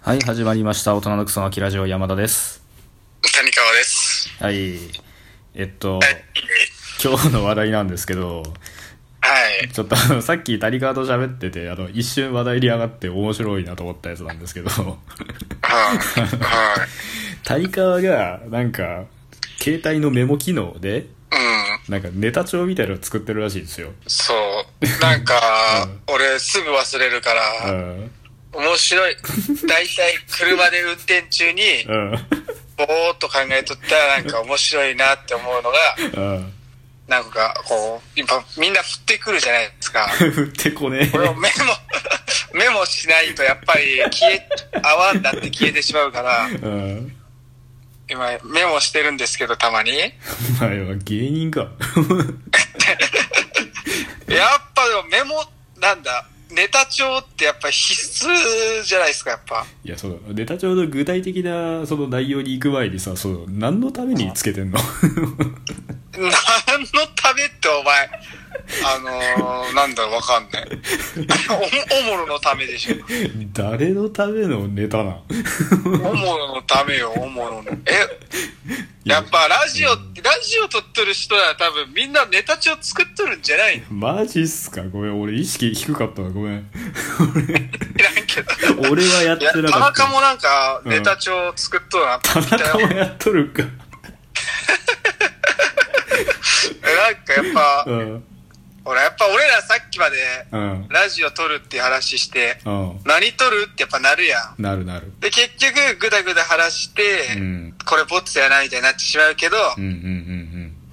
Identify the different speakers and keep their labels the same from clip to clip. Speaker 1: はい、始まりました。大人のクソのキラジオ山田です。
Speaker 2: 谷川です。
Speaker 1: はい。えっと、
Speaker 2: はい。
Speaker 1: 今日の話題なんですけど、
Speaker 2: はい。
Speaker 1: ちょっとあの、さっき谷川と喋ってて、あの、一瞬話題に上がって面白いなと思ったやつなんですけど、
Speaker 2: はい。はい。
Speaker 1: 谷川が、なんか、携帯のメモ機能で、
Speaker 2: うん。
Speaker 1: なんかネタ帳みたいなのを作ってるらしいんですよ。
Speaker 2: そう。なんか、俺すぐ忘れるか
Speaker 1: う
Speaker 2: ら、
Speaker 1: ん。
Speaker 2: 面白い。大体車で運転中に、
Speaker 1: うん。
Speaker 2: ぼーっと考えとったらなんか面白いなって思うのが、
Speaker 1: うん。
Speaker 2: なんかこう、今みんな振ってくるじゃないですか。
Speaker 1: 振ってこね
Speaker 2: これをメモ、 メモしないとやっぱり消え、泡になって消えてしまうから、
Speaker 1: え。うん。
Speaker 2: 今メモしてるんですけどたまに。
Speaker 1: お前は芸人か。
Speaker 2: やっぱでもメモ、なんだ、ネタ帳ってやっぱ必須じゃないですか、やっぱ。
Speaker 1: いや、その、ネタ帳の具体的な、その内容に行く前にさ、その、何のためにつけてんの
Speaker 2: 何のためってお前、あのー、なんだろう、わかんない。おおもろのためでしょ。
Speaker 1: 誰のためのネタなん
Speaker 2: おもろのためよ、おもろの。え、やっぱラジオ、ラジオ撮ってる人は多分みんなネタ帳作っとるんじゃないの
Speaker 1: マジっすかごめん、俺意識低かったわ、ごめん。
Speaker 2: 知らんけど。
Speaker 1: 俺、俺はやっ
Speaker 2: いや、
Speaker 1: て
Speaker 2: 田
Speaker 1: なかっ
Speaker 2: 中
Speaker 1: た。
Speaker 2: もなんかネタ帳作っとるな、
Speaker 1: 田
Speaker 2: みたいな
Speaker 1: 中もやっとるんか。
Speaker 2: なんかやっぱ
Speaker 1: う、ん。
Speaker 2: ほら、やっぱ俺らさっきまで
Speaker 1: うん。
Speaker 2: ラジオ撮るっていう話して、
Speaker 1: うん。
Speaker 2: 何撮るってやっぱなるやん。
Speaker 1: なるなる。
Speaker 2: で、結局、ぐだぐだ話して、
Speaker 1: うん。
Speaker 2: これボツやな、みたいになってしまうけど、
Speaker 1: うんうん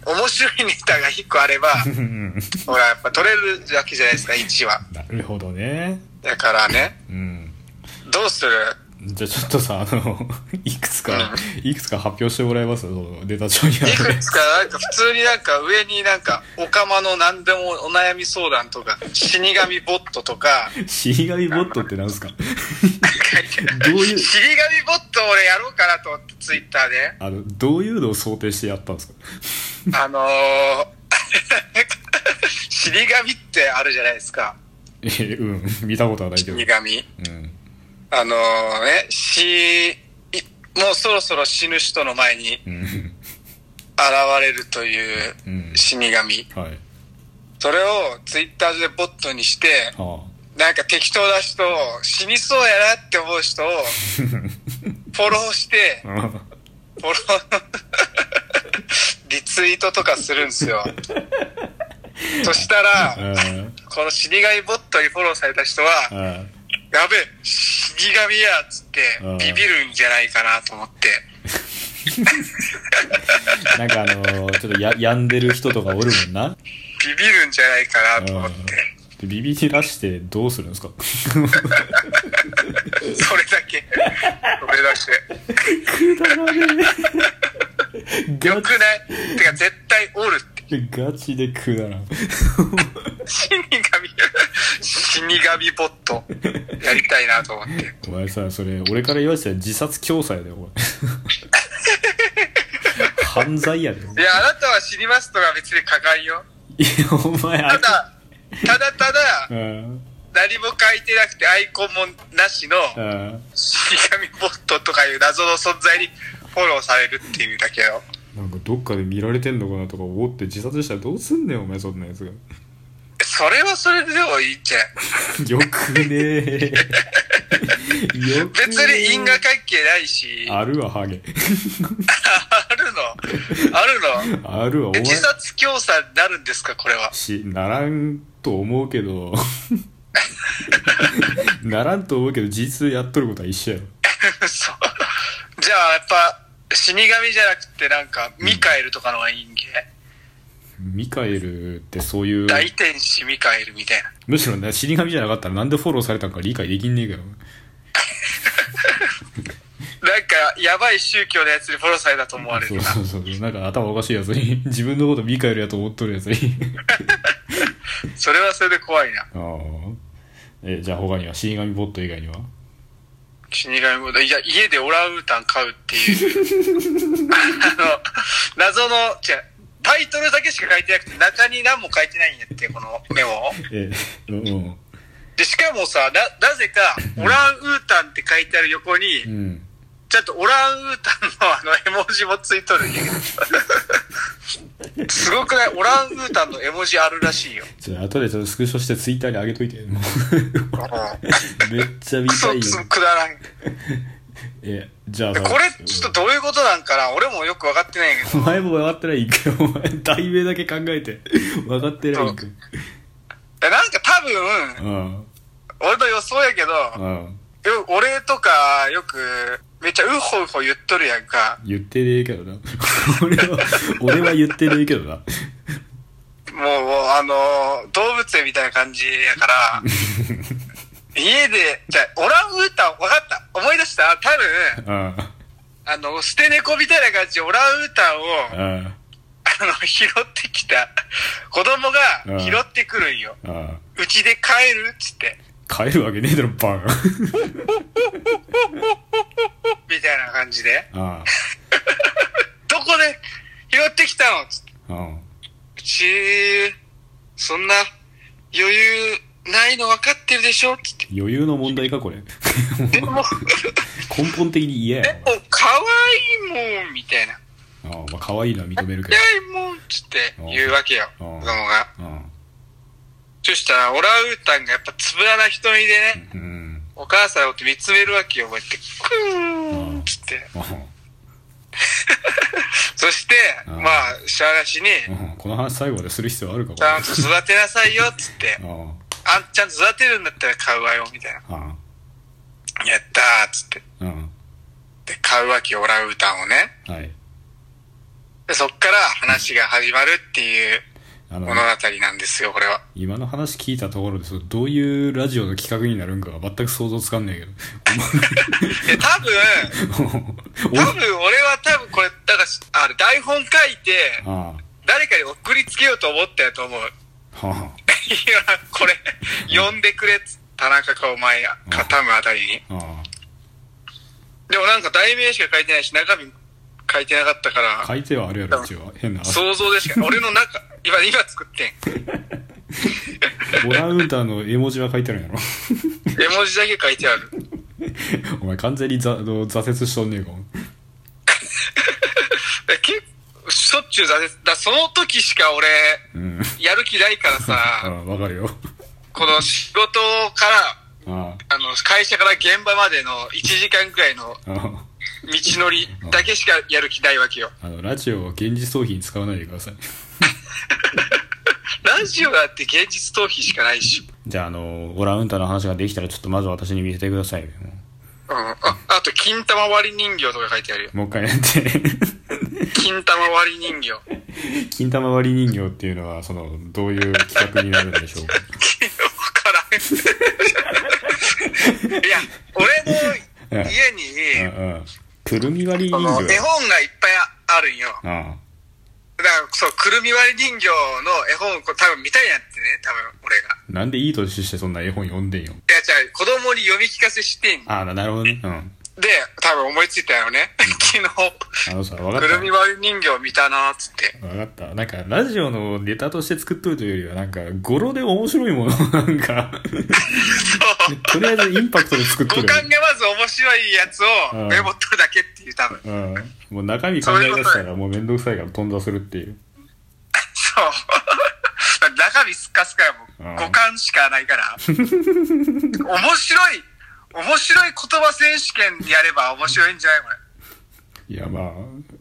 Speaker 2: 面白いネタが1個あれば、
Speaker 1: うんうん。
Speaker 2: ほら、やっぱ撮れるわけじゃないですか、1話。
Speaker 1: なるほどね。
Speaker 2: だからね、
Speaker 1: うん。
Speaker 2: どうする
Speaker 1: じゃあちょっとさ、あの、いくつか、いくつか発表してもらえますその、ネタ帳にあ
Speaker 2: いく
Speaker 1: る。
Speaker 2: つか、なんか普通になんか上になんか、おかまの何でもお悩み相談とか、死神ボットとか、
Speaker 1: 死神ボットってなんすかどういう
Speaker 2: 死神ボット俺やろうかなと思って、ツイッターで。
Speaker 1: あの、どういうのを想定してやったんですか
Speaker 2: あのー、 死神ってあるじゃないですか。
Speaker 1: えーうん、見たことはないけ
Speaker 2: 死
Speaker 1: ど。
Speaker 2: 神。
Speaker 1: うん。
Speaker 2: あのーね、死、いもうそろそろ死ぬ人の前に現
Speaker 1: うん。
Speaker 2: れるという
Speaker 1: うん
Speaker 2: 死神。
Speaker 1: はい。
Speaker 2: それをツイッターでボットにして、
Speaker 1: は
Speaker 2: なんか適当な人を死にそうやなって思 う人をフォローして、
Speaker 1: あ。
Speaker 2: フォロー、リツイートとかするんで すよ。そした
Speaker 1: う
Speaker 2: ら、
Speaker 1: ん。
Speaker 2: この死神ボットにフォローされた人は、
Speaker 1: うん
Speaker 2: やべえ、死神やっつって
Speaker 1: うん
Speaker 2: ビビるんじゃないかなと思って。
Speaker 1: なんかあのーちょっとや、病んでる人とかおるもんな。
Speaker 2: ビビるんじゃないかなと思って、
Speaker 1: でビビり出してどうするんですか
Speaker 2: それだけ、それだけ。
Speaker 1: くだらね
Speaker 2: よくないてか絶対おるって。
Speaker 1: え。ガチでくだらん。
Speaker 2: 死神、死神ボット、やりたいなと思って。
Speaker 1: お前さ、それ、俺から言わせたら自殺教唆やで、お前。犯罪やで。
Speaker 2: いや、あなたは死にますとか別にかかんよ。
Speaker 1: いや、お前、
Speaker 2: た
Speaker 1: あ
Speaker 2: だ、ただただ
Speaker 1: う、ん。
Speaker 2: 何も書いてなくてアイコンもなしの、
Speaker 1: うん。
Speaker 2: 死神ボットとかいう謎の存在にフォローされるっていうだけよ。
Speaker 1: なんかどっかで見られてんのかなとか思って自殺したらどうすんねんお前そんなやつが
Speaker 2: それはそれでもいいんじゃ
Speaker 1: よ
Speaker 2: ん。
Speaker 1: くねえよくねえ
Speaker 2: 別に因果関係ないし。
Speaker 1: あるわハゲ
Speaker 2: あるのあるの
Speaker 1: あ るわお前
Speaker 2: 自殺教唆になるんですかこれは。
Speaker 1: しならんと思うけど ならんと思うけど実やっとることは一緒やろ
Speaker 2: そうじゃあやっぱ、死神じゃなくてなんか、ミカエルとかのがいいんけ。
Speaker 1: ミカエルってそういう
Speaker 2: 大天使ミカエルみたいな。
Speaker 1: むしろね死神じゃなかったらなんでフォローされたんか理解できんねえけど
Speaker 2: なんか、やばい宗教のやつにフォローされたと思われ
Speaker 1: そ
Speaker 2: る
Speaker 1: う
Speaker 2: な。
Speaker 1: そうそうなんか頭おかしいやつに自分のことミカエルやと思っとるやつに
Speaker 2: それはそれで怖いな。
Speaker 1: ああえじゃあ他には死神ボット以外には
Speaker 2: 死神も、いや、家でオランウータン飼うっていう。あの、謎の、じゃタイトルだけしか書いてなくて、中に何も書いてないんやって、このメモ。
Speaker 1: え、うん。
Speaker 2: で、しかもさ、な、なぜか、オランウータタンって書いてある横に、
Speaker 1: うん。
Speaker 2: ちゃんとオランウータンのあの絵文字もついとるんやけど。すごくないオランウータンの絵文字あるらしいよ。
Speaker 1: ちょ、後でちょっとスクショしてツイッターに上げといて。もうめっちゃ見
Speaker 2: クソ
Speaker 1: たいよ。
Speaker 2: つくだらん。
Speaker 1: え、じゃあさ
Speaker 2: これ、ちょっとどういうことなんかな俺もよく分かってないんや け
Speaker 1: お前も分かってないんかよ。お前、題名だけ考えて。分かってないんかよ。
Speaker 2: ど。なんか多分、
Speaker 1: うん。
Speaker 2: 俺の予想やけど、
Speaker 1: うん。
Speaker 2: よ俺とかよく、めっちゃウホウホ言っとるやんか。
Speaker 1: 言ってねえけどな。 俺は、俺は言ってねえけどな。
Speaker 2: もう、もうあのー動物園みたいな感じやから、家で、じゃあオランウータン、分かった。思い出した多分、
Speaker 1: うん。
Speaker 2: あの、捨て猫みたいな感じでオランウータン
Speaker 1: う
Speaker 2: を、
Speaker 1: ん。
Speaker 2: あの、拾ってきた。子供が拾ってくるんよ。
Speaker 1: うん。
Speaker 2: うちで帰るっつって。
Speaker 1: 帰るわけねえだろ、バカ。
Speaker 2: みたいな感じで。
Speaker 1: あ
Speaker 2: どこで拾ってきたのつって
Speaker 1: あ。うん。
Speaker 2: うち、そんな余裕ないの分かってるでしょつって。
Speaker 1: 余裕の問題か、これ。
Speaker 2: で も、
Speaker 1: 根本的に嫌
Speaker 2: で
Speaker 1: や。
Speaker 2: も、可愛いもん、みたいな。
Speaker 1: ああ、まあ、可愛いのは認めるけ
Speaker 2: 可愛いもん、つって言うわけよ、子
Speaker 1: うん
Speaker 2: 供が。
Speaker 1: ど。うん。
Speaker 2: そしたら、オランウータンがやっぱつぶらな瞳でね、
Speaker 1: うん。
Speaker 2: お母さんを見つめるわけよ、こうやって。クーンつって。
Speaker 1: う
Speaker 2: そして、
Speaker 1: うん
Speaker 2: まあ、しゃあなしに、
Speaker 1: んうんこの話最後までする必要あるかこ
Speaker 2: ちゃんと育てなさいよ、つって。
Speaker 1: れ。あ
Speaker 2: あんちゃんと育てるんだったら買うわよ、みたいな。
Speaker 1: あ。あ
Speaker 2: やったー、つって。
Speaker 1: あ。うん。
Speaker 2: で、買うわけよ、オランウータンをね。
Speaker 1: はい。
Speaker 2: で、そっから話が始まるっていう
Speaker 1: あの
Speaker 2: 物語、なんですよ、これは。
Speaker 1: 今の話聞いたところで、そのどういうラジオの企画になるんかが全く想像つかんねえ
Speaker 2: で、多分、
Speaker 1: けど。
Speaker 2: 多分、俺は多分これ、だから、あれ、台本書いて、
Speaker 1: おあ
Speaker 2: 誰かに送りつけようと思ったやと思う。いや、
Speaker 1: あ。は
Speaker 2: これ、呼んでくれっつって、田中かお前や、か、タムあたりに。
Speaker 1: あ。あ
Speaker 2: でもなんか題名しか書いてないし、中身書いてなかったから
Speaker 1: あ。、書いてはあるやろ、一応。変な話。
Speaker 2: 想像でしか、俺の中、今、今作ってん。
Speaker 1: オランウータンの絵文字は書いてあるんやろ。
Speaker 2: 絵文字だけ書いてある。
Speaker 1: お前完全にざあの挫折しとんねえかも。
Speaker 2: え結構しょっちゅう挫折。だその時しか俺、
Speaker 1: うん。
Speaker 2: やる気ないから
Speaker 1: あ
Speaker 2: さ、
Speaker 1: あ、わかるよ。
Speaker 2: この仕事か
Speaker 1: あ
Speaker 2: ら、あの、会社から現場までの1時間くらいの
Speaker 1: あ。ああ。
Speaker 2: 道のりだけしかやる気ないわけよ。
Speaker 1: あの、ラジオは現実逃避に使わないでください。
Speaker 2: ラジオがあって現実逃避しかないし。
Speaker 1: じゃあ、あの、オランウータンの話ができたら、ちょっとまず私に見せてください。も
Speaker 2: うん。あ、あと、金玉割り人形とか書いてあるよ。
Speaker 1: うもう一回やって。
Speaker 2: 金玉割り人形。
Speaker 1: 金玉割り人形っていうのは、その、どういう企画になるんでしょうか。
Speaker 2: わからん。いや、俺の家
Speaker 1: うん
Speaker 2: に、
Speaker 1: うん。くるみ割り
Speaker 2: そ
Speaker 1: 人
Speaker 2: の
Speaker 1: 形
Speaker 2: 絵。本がいっぱいあるんよ。
Speaker 1: あ
Speaker 2: だから、そう、くるみ割り人形の絵本、こう多分見たいなってね、多分俺が。
Speaker 1: あ。なんでいい年してそんな絵本読んでんよ。
Speaker 2: いや、じゃあ、子供に読み聞かせしてん。
Speaker 1: ああ、なるほどね。うん。
Speaker 2: で、多分思いついたよね。 昨日、
Speaker 1: あのさ、わか
Speaker 2: く
Speaker 1: っ
Speaker 2: るみ割り人形見たなーっつって。
Speaker 1: た。わかった。なんか、ラジオのネタとして作っとるというよりは、なんか、語呂で面白いもの を、なんか、
Speaker 2: そう。
Speaker 1: とりあえずインパクトで作っと
Speaker 2: 五
Speaker 1: る。
Speaker 2: 感がまず面白いやつ
Speaker 1: う
Speaker 2: を
Speaker 1: ん
Speaker 2: メモっとるだけっていう、多分。
Speaker 1: うん。もう中身考え出したら、もうめんどくさいから頓挫するっていう。
Speaker 2: そう。 中身すっかすかやも
Speaker 1: うん
Speaker 2: ん。五感しかないから。 面白い、面白い言葉選手権やれば面白いんじゃないこれ。
Speaker 1: いやまあ、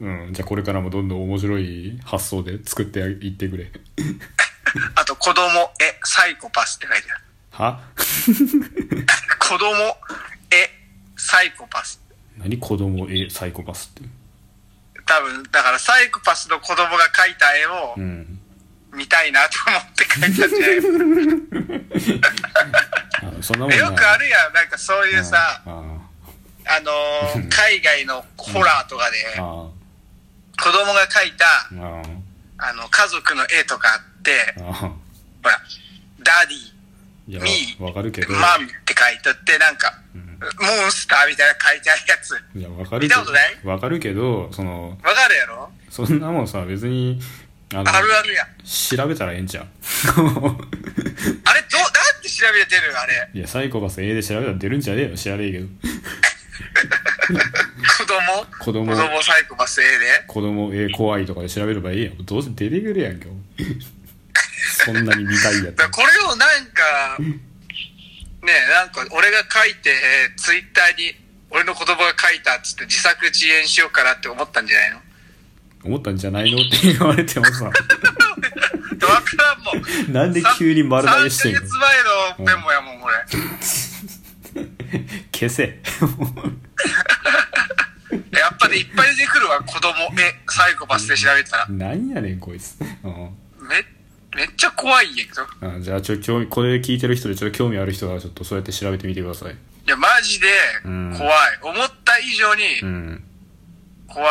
Speaker 1: うん、じゃあこれからもどんどん面白い発想で作っていってくれ。
Speaker 2: あと、子供、え、サイコパスって書いてある。
Speaker 1: は
Speaker 2: 子供、え、サイコパス。
Speaker 1: 何子供、え、サイコパスって。
Speaker 2: 多分、だからサイコパスの子供が描いた絵を
Speaker 1: うん。
Speaker 2: 見たいなと思って描いたんじゃない
Speaker 1: あそんなもんな
Speaker 2: よくあるやん、なんかそういうさ、
Speaker 1: あ
Speaker 2: あのー海外のホラーとかで、
Speaker 1: あ、あ
Speaker 2: 子供が描いた、
Speaker 1: あ、あ
Speaker 2: あの、家族の絵とかあって、
Speaker 1: あ、ああ。
Speaker 2: ほら、ダディ、
Speaker 1: いや
Speaker 2: ミ、ー
Speaker 1: わかるけど。
Speaker 2: マンって書いとって、なんか、モンスターみたいな書いてあるやつ。
Speaker 1: いや、わかるけ
Speaker 2: 見たことない
Speaker 1: ど。わかるけど、その、
Speaker 2: わかるやろ
Speaker 1: そんなもんさ、別に、あの、
Speaker 2: あるあるやん。
Speaker 1: 調べたらええんちゃう
Speaker 2: あれ、どう、なんでって調べて出る、あれ。
Speaker 1: いや、サイコパス A で調べたら出るんじゃねえよ。知らねえけど。
Speaker 2: 子供
Speaker 1: 子供
Speaker 2: 子供サイコパス A で。
Speaker 1: 子供 A 怖いとかで調べればいいやん。どうせ出てくるやんけ。そんなに見たいや
Speaker 2: だから
Speaker 1: つ。
Speaker 2: これをなんか、ねえ、なんか俺が書いて、ツイッターに俺の言葉が書いたっつって自作自演しようかなって思ったんじゃないの
Speaker 1: 思ったんじゃないのって言われても さ。
Speaker 2: わからんもん。
Speaker 1: なんで急に丸投げしてん
Speaker 2: 3
Speaker 1: の
Speaker 2: ヶ月前のメモやもん、これ。
Speaker 1: 消せ。
Speaker 2: やっぱりいっぱい出てくるわ、子供、え、サイコパスで調べたら。
Speaker 1: なんやねん、こいつ。うん
Speaker 2: め、めっちゃ怖いんやけど。い
Speaker 1: あじゃあちょ興味これ聞いてる人でちょっと興味ある人はちょっとそうやって調べてみてください
Speaker 2: や、マジで、
Speaker 1: うん
Speaker 2: 怖い。思った以上
Speaker 1: う
Speaker 2: に、
Speaker 1: ん
Speaker 2: 怖い。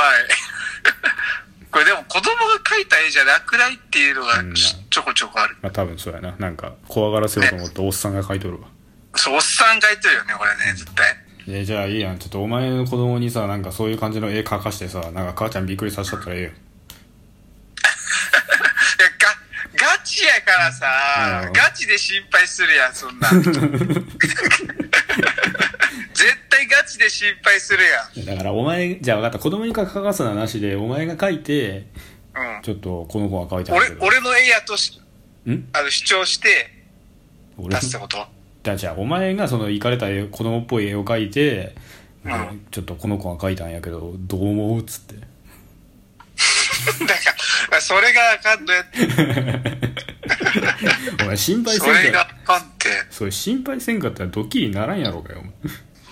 Speaker 2: これでも子供が描いた絵じゃなくないっていうのが
Speaker 1: うん
Speaker 2: ちちょこちょこある。
Speaker 1: まあ多分そうやななんか怖がらせようと思っておっさんが書いとるわ
Speaker 2: そう、おっさん描いてるよね、これね、絶対。
Speaker 1: えじゃあいいやんちょっとお前の子供にさなんかそういう感じの絵描かしてさなんか母ちゃんびっくりさせちゃったらええよ
Speaker 2: いや、ガ、ガチやからさ
Speaker 1: う、ん
Speaker 2: ガチで心配するやん、そん な。絶対ガチで心配するや
Speaker 1: だからお前じゃあ分かった子供に書かすのはなしでお前が書いて
Speaker 2: ん。うん。
Speaker 1: ちょっとこの子が書いてあ
Speaker 2: 俺
Speaker 1: る、
Speaker 2: 俺の絵やとし、
Speaker 1: ん
Speaker 2: あの、主張して
Speaker 1: 俺
Speaker 2: 出すってこと
Speaker 1: だじゃあお前がそのいかれた絵子供っぽい絵を描いて、
Speaker 2: う
Speaker 1: で
Speaker 2: ん
Speaker 1: ちょっとこの子が描いたんやけどどう思うっつって
Speaker 2: だから、それがあかんのやって、
Speaker 1: お前心配
Speaker 2: そ
Speaker 1: せん
Speaker 2: れ
Speaker 1: か
Speaker 2: があかんって。
Speaker 1: それ心配せんかったらドッキリにならんやろうかよお 前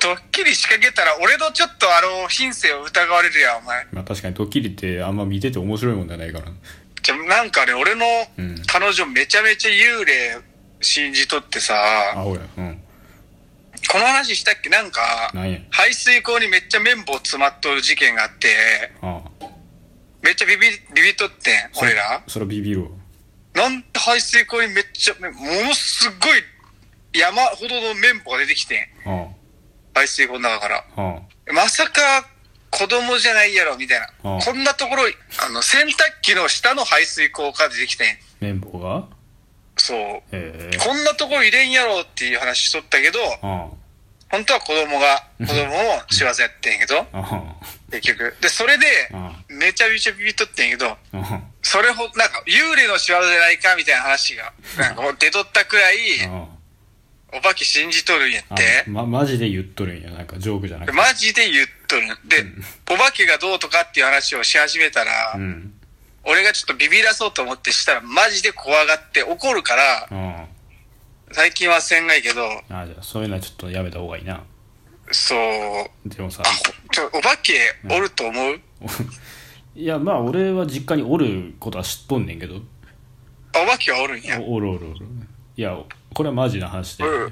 Speaker 2: ドッキリ仕掛けたら、俺のちょっとあの、品性を疑われるやん、お前。
Speaker 1: まあ確かにドッキリってあんま見てて面白いもんじゃないから
Speaker 2: じゃ、なんかね、俺の
Speaker 1: うん
Speaker 2: 彼女めちゃめちゃ幽霊信じとってさ、
Speaker 1: 青やうん
Speaker 2: この話したっけなんか、
Speaker 1: なんや
Speaker 2: 排水口にめっちゃ綿棒詰まっとる事件があって、
Speaker 1: ああ
Speaker 2: めっちゃビビ、ビビっとってん、俺ら。
Speaker 1: それはビビるわ
Speaker 2: なんで排水口にめっちゃ、ものすごい山ほどの綿棒が出てきてん。
Speaker 1: あ
Speaker 2: 排水口の中から。
Speaker 1: ああ
Speaker 2: まさか子供じゃないやろ、みたいな。
Speaker 1: うん
Speaker 2: こんなところ、あの、洗濯機の下の排水口から出てきてん。
Speaker 1: 綿棒が
Speaker 2: そう。
Speaker 1: ええ
Speaker 2: こんなところ入れんやろっていう話しとったけど、
Speaker 1: あ
Speaker 2: 本当は子供が、子供を幸せやってんやけど、
Speaker 1: ああ
Speaker 2: 結局。で、それで、
Speaker 1: あ
Speaker 2: めちゃめちゃビビっとってんやけど、
Speaker 1: ああ
Speaker 2: それほ、なんか、幽霊の仕業じゃないかみたいな話が、なんかもう出とったくらい、
Speaker 1: あ
Speaker 2: お化け信じとるんやっ
Speaker 1: あ
Speaker 2: て、
Speaker 1: まマジで言っとるんやなんかジョークじゃなくて
Speaker 2: マジで言っとる。で、お化けがどうとかっていう話をし始めたら、
Speaker 1: うん
Speaker 2: 俺がちょっとビビらそうと思ってしたら、マジで怖がって怒るから、
Speaker 1: あ
Speaker 2: 最近はせんがいけど、
Speaker 1: あああじゃあそういうのはちょっとやめた方がいいな
Speaker 2: そう、
Speaker 1: でもさ
Speaker 2: あちょ、お化けおると思う、
Speaker 1: いやまあ俺は実家におることは知っとんねんけど
Speaker 2: あお化けはおるんや。
Speaker 1: おおるおるおるいやこれはマジな話で
Speaker 2: うん
Speaker 1: うん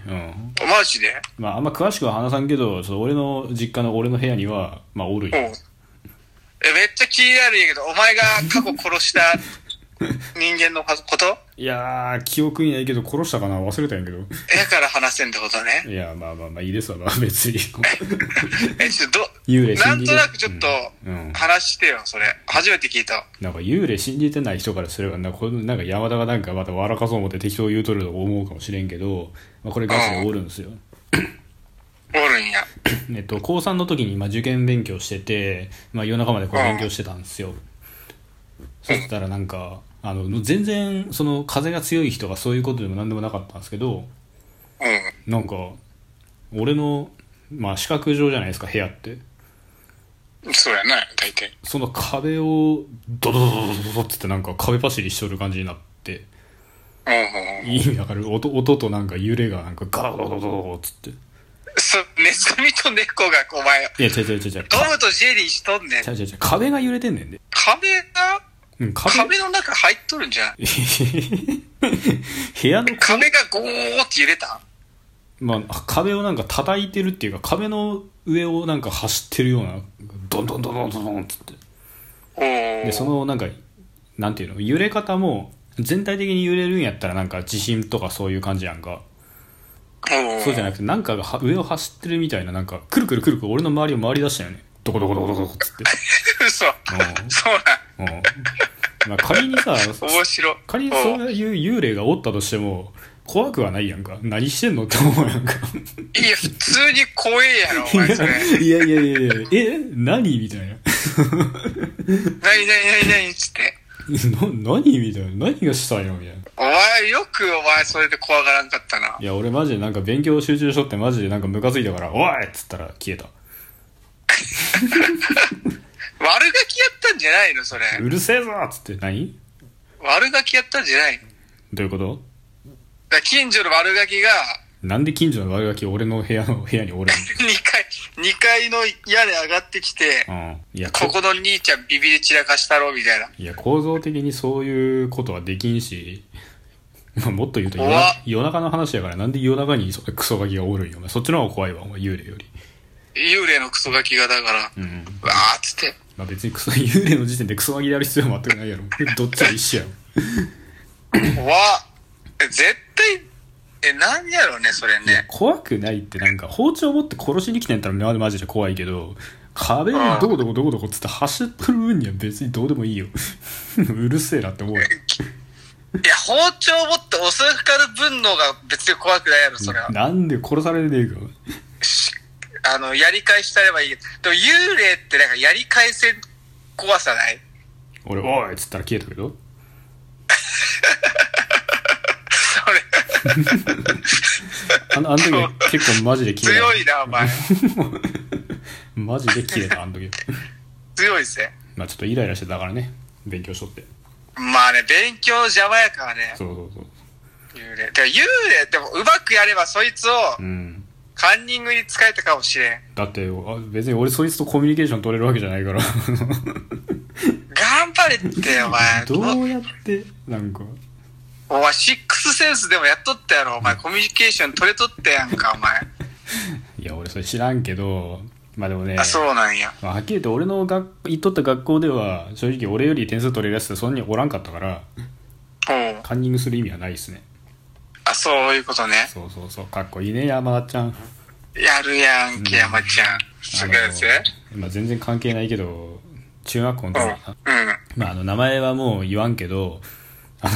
Speaker 2: マジで
Speaker 1: まあ、あんま詳しくは話さんけど、その俺の実家の俺の部屋には、まあ、おる
Speaker 2: うん。
Speaker 1: よ。
Speaker 2: え、めっちゃ気になるんやけど、お前が過去殺した人間のこと
Speaker 1: いやー、記憶にないけど、殺したかな忘れたんやけど。
Speaker 2: だから話せんってことね。
Speaker 1: いや、まあまあまあ、いいですわ、まあ、別 に。
Speaker 2: え、ちょっとど、
Speaker 1: 幽霊
Speaker 2: な
Speaker 1: 信じ
Speaker 2: んと
Speaker 1: て
Speaker 2: なくちょっと
Speaker 1: うんうん
Speaker 2: 話してよ、それ。初めて聞いた。
Speaker 1: なんか、幽霊信じてない人からすればな、このなんか山田がなんかまた笑かそう思って適当言うとると思うかもしれんけど、まあ、これガチでおるんですよ。
Speaker 2: おるんや。
Speaker 1: えっと、高3の時にまあ受験勉強してて、まあ、夜中までこう勉強してたんですよそしたらなんかあの全然その風が強い人がそういうことでも何でもなかったんですけど
Speaker 2: うん。
Speaker 1: なんか俺の、まあ、視覚上じゃないですか部屋って
Speaker 2: そうやな、大体。
Speaker 1: その壁をドドドドドドドってなんか壁走りしとる感じになって
Speaker 2: うんうんうん。
Speaker 1: いい意味わかる音音となんか揺れがなんかガラガラガラガラガラっつってい
Speaker 2: そ、ネズミと猫が、お前、
Speaker 1: や違う違う違う違う
Speaker 2: トムとジェリーしとんねん
Speaker 1: 違。う違う違う壁が揺れてんねんで、
Speaker 2: 壁が、
Speaker 1: うん、壁
Speaker 2: 壁の中入っとるんじゃん。
Speaker 1: 部屋の
Speaker 2: 壁がゴーって揺れた
Speaker 1: まあ、壁をなんか叩いてるっていうか壁の上をなんか走ってるようなドンドンドンドンドンドンっつって
Speaker 2: おー
Speaker 1: でそのなんかなんていうの揺れ方も全体的に揺れるんやったらなんか地震とかそういう感じやんか
Speaker 2: お
Speaker 1: そうじゃ
Speaker 2: い。
Speaker 1: なくてなんかがは上を走ってるみたいななんかくるくるくるくる俺の周りを回り出したよねドコドコドコドコっつって
Speaker 2: 嘘。そ
Speaker 1: う
Speaker 2: うな
Speaker 1: ん、うんまあ、仮にさ
Speaker 2: ん。面白い。
Speaker 1: 仮にそういう幽霊がおったとしても怖くはないやんか何してんのって思うやんか
Speaker 2: いや、普通に怖えやろ、お前それ。
Speaker 1: いやいやいやいや え何みたいな
Speaker 2: なになになになにつって。
Speaker 1: な何みたいな何がしたいのみたいな
Speaker 2: お前、よくお前それで怖がらんかったな。
Speaker 1: いや俺マジでなんか勉強集中しとってマジでなんかムカついたから「おい!」っつったら消えた
Speaker 2: 悪ガキやったんじゃないの、それ。
Speaker 1: うるせえぞっつって何
Speaker 2: 悪ガキやったんじゃないの。だか
Speaker 1: どういうこと
Speaker 2: ら近所の悪ガキが、
Speaker 1: なんで近所の悪ガキ俺の部屋の部屋におる
Speaker 2: 2階、二階の屋根上がってきて、
Speaker 1: のうんいや
Speaker 2: こ
Speaker 1: こ
Speaker 2: この兄ちゃんビビり散らかしたろ、みたいな。
Speaker 1: いや構造的にそういうことはできんしまあもっと言うと夜
Speaker 2: 怖っ
Speaker 1: な夜中の話やからなんで夜中にそクソガキがおるんよお前そっちの方が怖いわお前幽霊より
Speaker 2: 幽霊のクソガキがだから、
Speaker 1: うん
Speaker 2: わーっつって。
Speaker 1: まあ別にクソ幽霊の時点でクソガキでやる必要は全くないやろどっちも一緒やろ
Speaker 2: 怖っえ絶対、え、なんやろうね、それ
Speaker 1: いや
Speaker 2: ね。
Speaker 1: 怖くないってなんか包丁持って殺しに来てんやったらまあマジで怖いけど壁にどこどこどこどこっつって走ってる分には別にどうでもいいよ うるせえなって思うよ
Speaker 2: いや、包丁持って襲いかかる分のが別に怖くないやろ、それは。
Speaker 1: なんで殺されねえか
Speaker 2: しあの、やり返したればいいけど。でも幽霊ってなんかやり返せん怖さない
Speaker 1: 俺「おい!」っつったら消えたけど
Speaker 2: それ、
Speaker 1: あのあの時は結構マジで消えた
Speaker 2: 強いな、お前。
Speaker 1: マジで消えたあの時
Speaker 2: 強いぜ。
Speaker 1: まあちょっとイライラしてたからね勉強しとって
Speaker 2: まあね、勉強邪魔やからね、
Speaker 1: そうそうそう
Speaker 2: 幽霊。でも幽霊、でもうまくやればそいつを
Speaker 1: うん
Speaker 2: カンニングに使えたかもしれん。
Speaker 1: だってあ別に俺そいつとコミュニケーション取れるわけじゃないから
Speaker 2: 頑張れって、お前。
Speaker 1: ど
Speaker 2: も
Speaker 1: うやってなんか
Speaker 2: お前、シックスセンスでもやっとったやろ、お前。コミュニケーション取れとったやんか、お前。
Speaker 1: いや俺それ知らんけどまあでもね
Speaker 2: あ、そうなんや。
Speaker 1: まあ、はっきり言って俺の学行っとった学校では正直俺より点数取れるやつってそんなにおらんかったから
Speaker 2: おう
Speaker 1: カンニングする意味はないですね
Speaker 2: あ、そういうことね。
Speaker 1: そうそうそうかっこいいね山田ちゃん
Speaker 2: やるやんけ、山ちゃん。すごいぜ。
Speaker 1: あのまあ全然関係ないけど中学校の
Speaker 2: うん。
Speaker 1: 時、
Speaker 2: うん。
Speaker 1: まあ、あの名前はもう言わんけどあの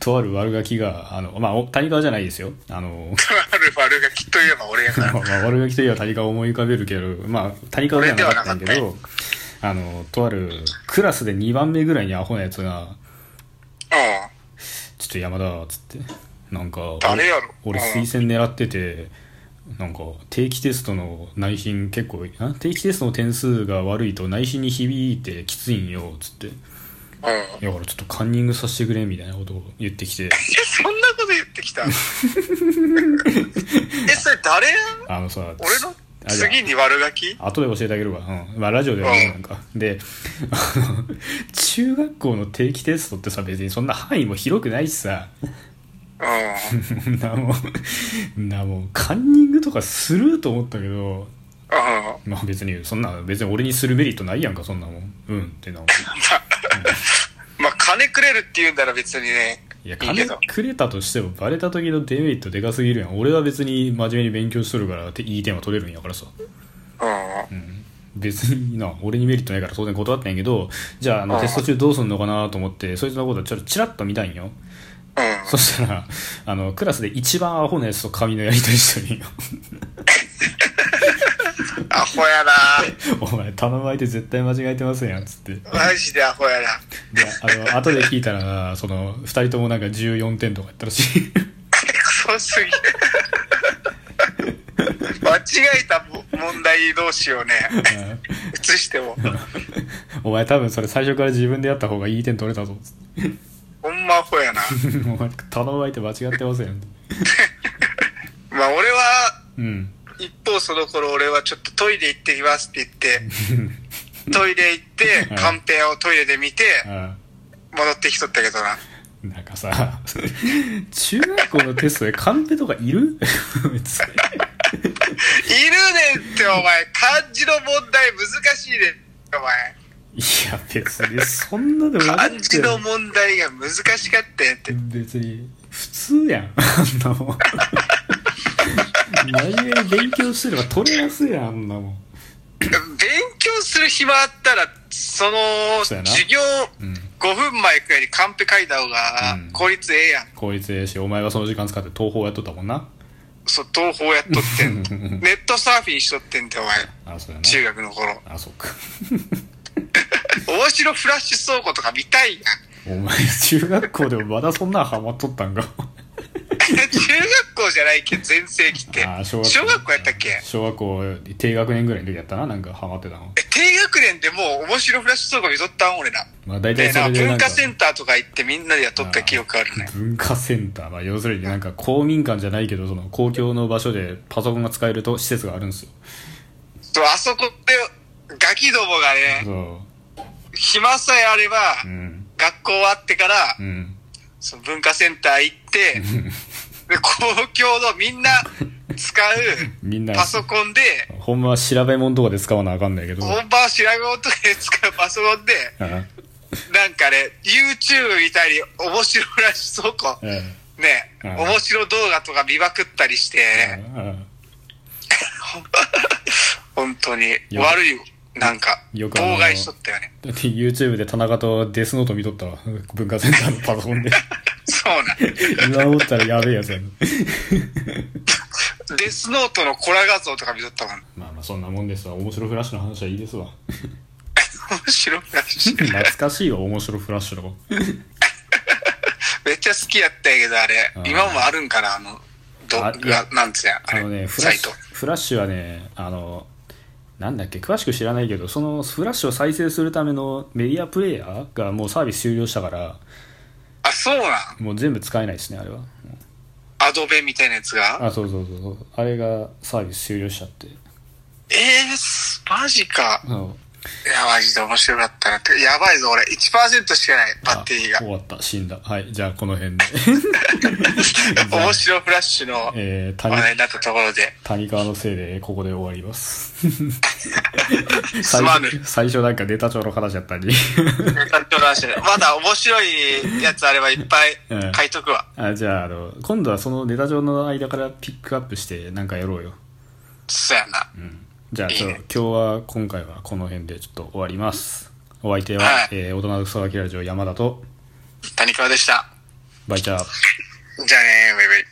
Speaker 1: とある悪ガキがあの、まあ、お谷川じゃないですよあの、
Speaker 2: とある悪ガキといえば俺やか
Speaker 1: まあ
Speaker 2: ら。
Speaker 1: 悪ガキといえば谷川を思い浮かべるけど、まあ、谷川ではなかったんやけ
Speaker 2: 俺では
Speaker 1: どあのとあるクラスで2番目ぐらいにアホなやつが
Speaker 2: うん。
Speaker 1: ちょっと山田っつってなんか
Speaker 2: 誰やろ
Speaker 1: 俺
Speaker 2: うん
Speaker 1: 推薦狙っててなんか定期テストの内心結構あ定期テストの点数が悪いと内心に響いてきついんよっつって
Speaker 2: うん。
Speaker 1: だからちょっとカンニングさせてくれみたいなことを言ってきて
Speaker 2: え、そんなこと言ってきた え、それ誰
Speaker 1: あのさ
Speaker 2: 俺の
Speaker 1: あじゃあ
Speaker 2: 次に悪ガキ
Speaker 1: 後で教えてあげるわ、うんまあ、ラジオではね
Speaker 2: うん
Speaker 1: なんかであの中学校の定期テストってさ別にそんな範囲も広くないしさ
Speaker 2: うん。うん。
Speaker 1: なもうなもうカンニングとかすると思ったけどまあ別にそんな別に俺にするメリットないやんかそんなもんうんって な
Speaker 2: まあ、金くれるって言うんなら別にね。
Speaker 1: いや
Speaker 2: いいけ
Speaker 1: 金
Speaker 2: ど
Speaker 1: くれたとしてもバレた時のデメリットでかすぎるやん俺は別に真面目に勉強しとるからていい点は取れるんやからさ、
Speaker 2: うん。
Speaker 1: 別にな俺にメリットないから当然断ったんやけどじゃああの
Speaker 2: うん
Speaker 1: テスト中どうすんのかなと思ってそいつのことちょっとチラッと見たいんよ
Speaker 2: うん。
Speaker 1: そしたらあのクラスで一番アホなやつと髪のやり取りしてるんよ
Speaker 2: アホやな
Speaker 1: お前頼む相手絶対間違えてませんやんっつって
Speaker 2: マジでアホやな。
Speaker 1: であの後で聞いたらその2人ともなんか14点とかやったらしい
Speaker 2: クソ すぎ間違えたも問題同士をね移しても
Speaker 1: お前多分それ最初から自分でやった方がいい点取れたぞ。
Speaker 2: ほんまアホやな
Speaker 1: お前頼む相手間違ってません。
Speaker 2: まあ俺は
Speaker 1: うん。
Speaker 2: 一方その頃俺はちょっとトイレ行ってきますって言 ってトイレ行って
Speaker 1: はい
Speaker 2: カンペをトイレで見て
Speaker 1: あ
Speaker 2: 戻ってきとったけどな
Speaker 1: あなんかさ、中学校のテストでカンペとかいる 別に
Speaker 2: いるねんってお前漢字の問題難しいねんお前
Speaker 1: いや、別にそんなでもなかっ
Speaker 2: 漢
Speaker 1: た
Speaker 2: 字の
Speaker 1: よ。
Speaker 2: 問題が難しかったんやって
Speaker 1: 別に、普通やん。あんなもん。 真面目に勉強してれば取れやすいやん、あんなもん。
Speaker 2: 勉強する暇あったらその
Speaker 1: そうやな
Speaker 2: 授業
Speaker 1: うん。
Speaker 2: 5分前くらいにカンペ書いた方が
Speaker 1: うん
Speaker 2: 効率ええやん。
Speaker 1: 効率ええしお前はその時間使って東宝やっとったもんな
Speaker 2: そう、東宝やっとってん。 ネットサーフィンしとってんて、お前。
Speaker 1: あそうやな
Speaker 2: 中学の頃。
Speaker 1: あそうか
Speaker 2: 大城フラッシュ倉庫とか見た いやん。
Speaker 1: お前中学校でもまだそんなんハマっとったんか
Speaker 2: 中学校じゃないけん、全盛期って。
Speaker 1: あ
Speaker 2: 小
Speaker 1: 小
Speaker 2: 学
Speaker 1: 学校
Speaker 2: 校やったっけえ、
Speaker 1: 小学校低学年ぐらいの時やったななんかハマってたの
Speaker 2: 低学年でもう面白フラッシュ倉庫見とったん俺ら。
Speaker 1: まあ大
Speaker 2: で
Speaker 1: 体そ
Speaker 2: な
Speaker 1: れでな
Speaker 2: 文
Speaker 1: んか
Speaker 2: 化センターとか行ってみんなでやっとった記憶あるね。
Speaker 1: 文化センター、まあ、要するになんか公民館じゃないけどその公共の場所でパソコンが使えると施設があるんですよ
Speaker 2: そう、あそこって、ガキどもがね、
Speaker 1: そ
Speaker 2: 暇さえあれば、
Speaker 1: ううん
Speaker 2: 学校終わってから
Speaker 1: う、ん
Speaker 2: その文化センター行って、で、公共のみんな使
Speaker 1: みん
Speaker 2: う
Speaker 1: な
Speaker 2: パソコンで、
Speaker 1: ほんまは調べ物とかで使わなあかんないけど
Speaker 2: 本番調べ事で使うパソコンで、
Speaker 1: うん
Speaker 2: なんかね、YouTube 見たり、面白いらしそうこ
Speaker 1: う。ん
Speaker 2: ね、
Speaker 1: うん
Speaker 2: 面白動画とか見まくったりして、
Speaker 1: うん
Speaker 2: 本当に
Speaker 1: よ
Speaker 2: 悪い、なんか、
Speaker 1: よ
Speaker 2: 妨
Speaker 1: くあの
Speaker 2: 害しとったよね。
Speaker 1: だって YouTube で田中とデスノート見とったわ文化センターのパソ コンで
Speaker 2: そうなん。
Speaker 1: 今思ったらやべえやつやな
Speaker 2: デスノートのコラ画像とか見とったもん。
Speaker 1: まあまあそんなもんですわ面白フラッシュの話はいい ですわ
Speaker 2: 面白いらし い。
Speaker 1: 懐かしいわ面白フラッシュの
Speaker 2: めっちゃ好きやったんやけど、あれ
Speaker 1: う。ん
Speaker 2: 今もあるんかな、あの、ど、
Speaker 1: あいや
Speaker 2: がなんつうや、あ
Speaker 1: あの
Speaker 2: れ、
Speaker 1: ね、フ
Speaker 2: サ
Speaker 1: ラッ
Speaker 2: イ
Speaker 1: シ
Speaker 2: ト
Speaker 1: ュ。フラッシュはね、あの、なんだっけ、詳しく知らないけど、そのフラッシュを再生するためのメディアプレイヤーがもうサービス終了したから、
Speaker 2: あ、そうなん
Speaker 1: もう全部使えないですね、あれは。もう
Speaker 2: アドベみたいなやつが
Speaker 1: あ、そうそうそうそう、あれがサービス終了しちゃって。
Speaker 2: えーす、マジか。
Speaker 1: あの
Speaker 2: いや、マジで面白かったなって。やばいぞ、俺。1%しかない、バッテリー
Speaker 1: あ
Speaker 2: が。
Speaker 1: 終わった、死んだ。はい、じゃあこの 辺で。
Speaker 2: 面白フラッシュの話
Speaker 1: えー、谷
Speaker 2: 題になったところで。
Speaker 1: 谷川のせいでここで終わります。
Speaker 2: すまぬ
Speaker 1: 最初最初なんかネタ帳の話やったり。
Speaker 2: 担当の話でまだ面白いやつあればいっぱい書いとくわ。
Speaker 1: あじゃああの、今度はそのネタ上の間からピックアップしてなんかやろうよ。
Speaker 2: そうやな。
Speaker 1: じゃあちょっと今日は今回はこの辺でちょっと終わります。お相手は、
Speaker 2: はい
Speaker 1: えー大人のクソガキラジオ山田と、
Speaker 2: 谷川でした。
Speaker 1: バイチャー。
Speaker 2: じゃあねバイバイ。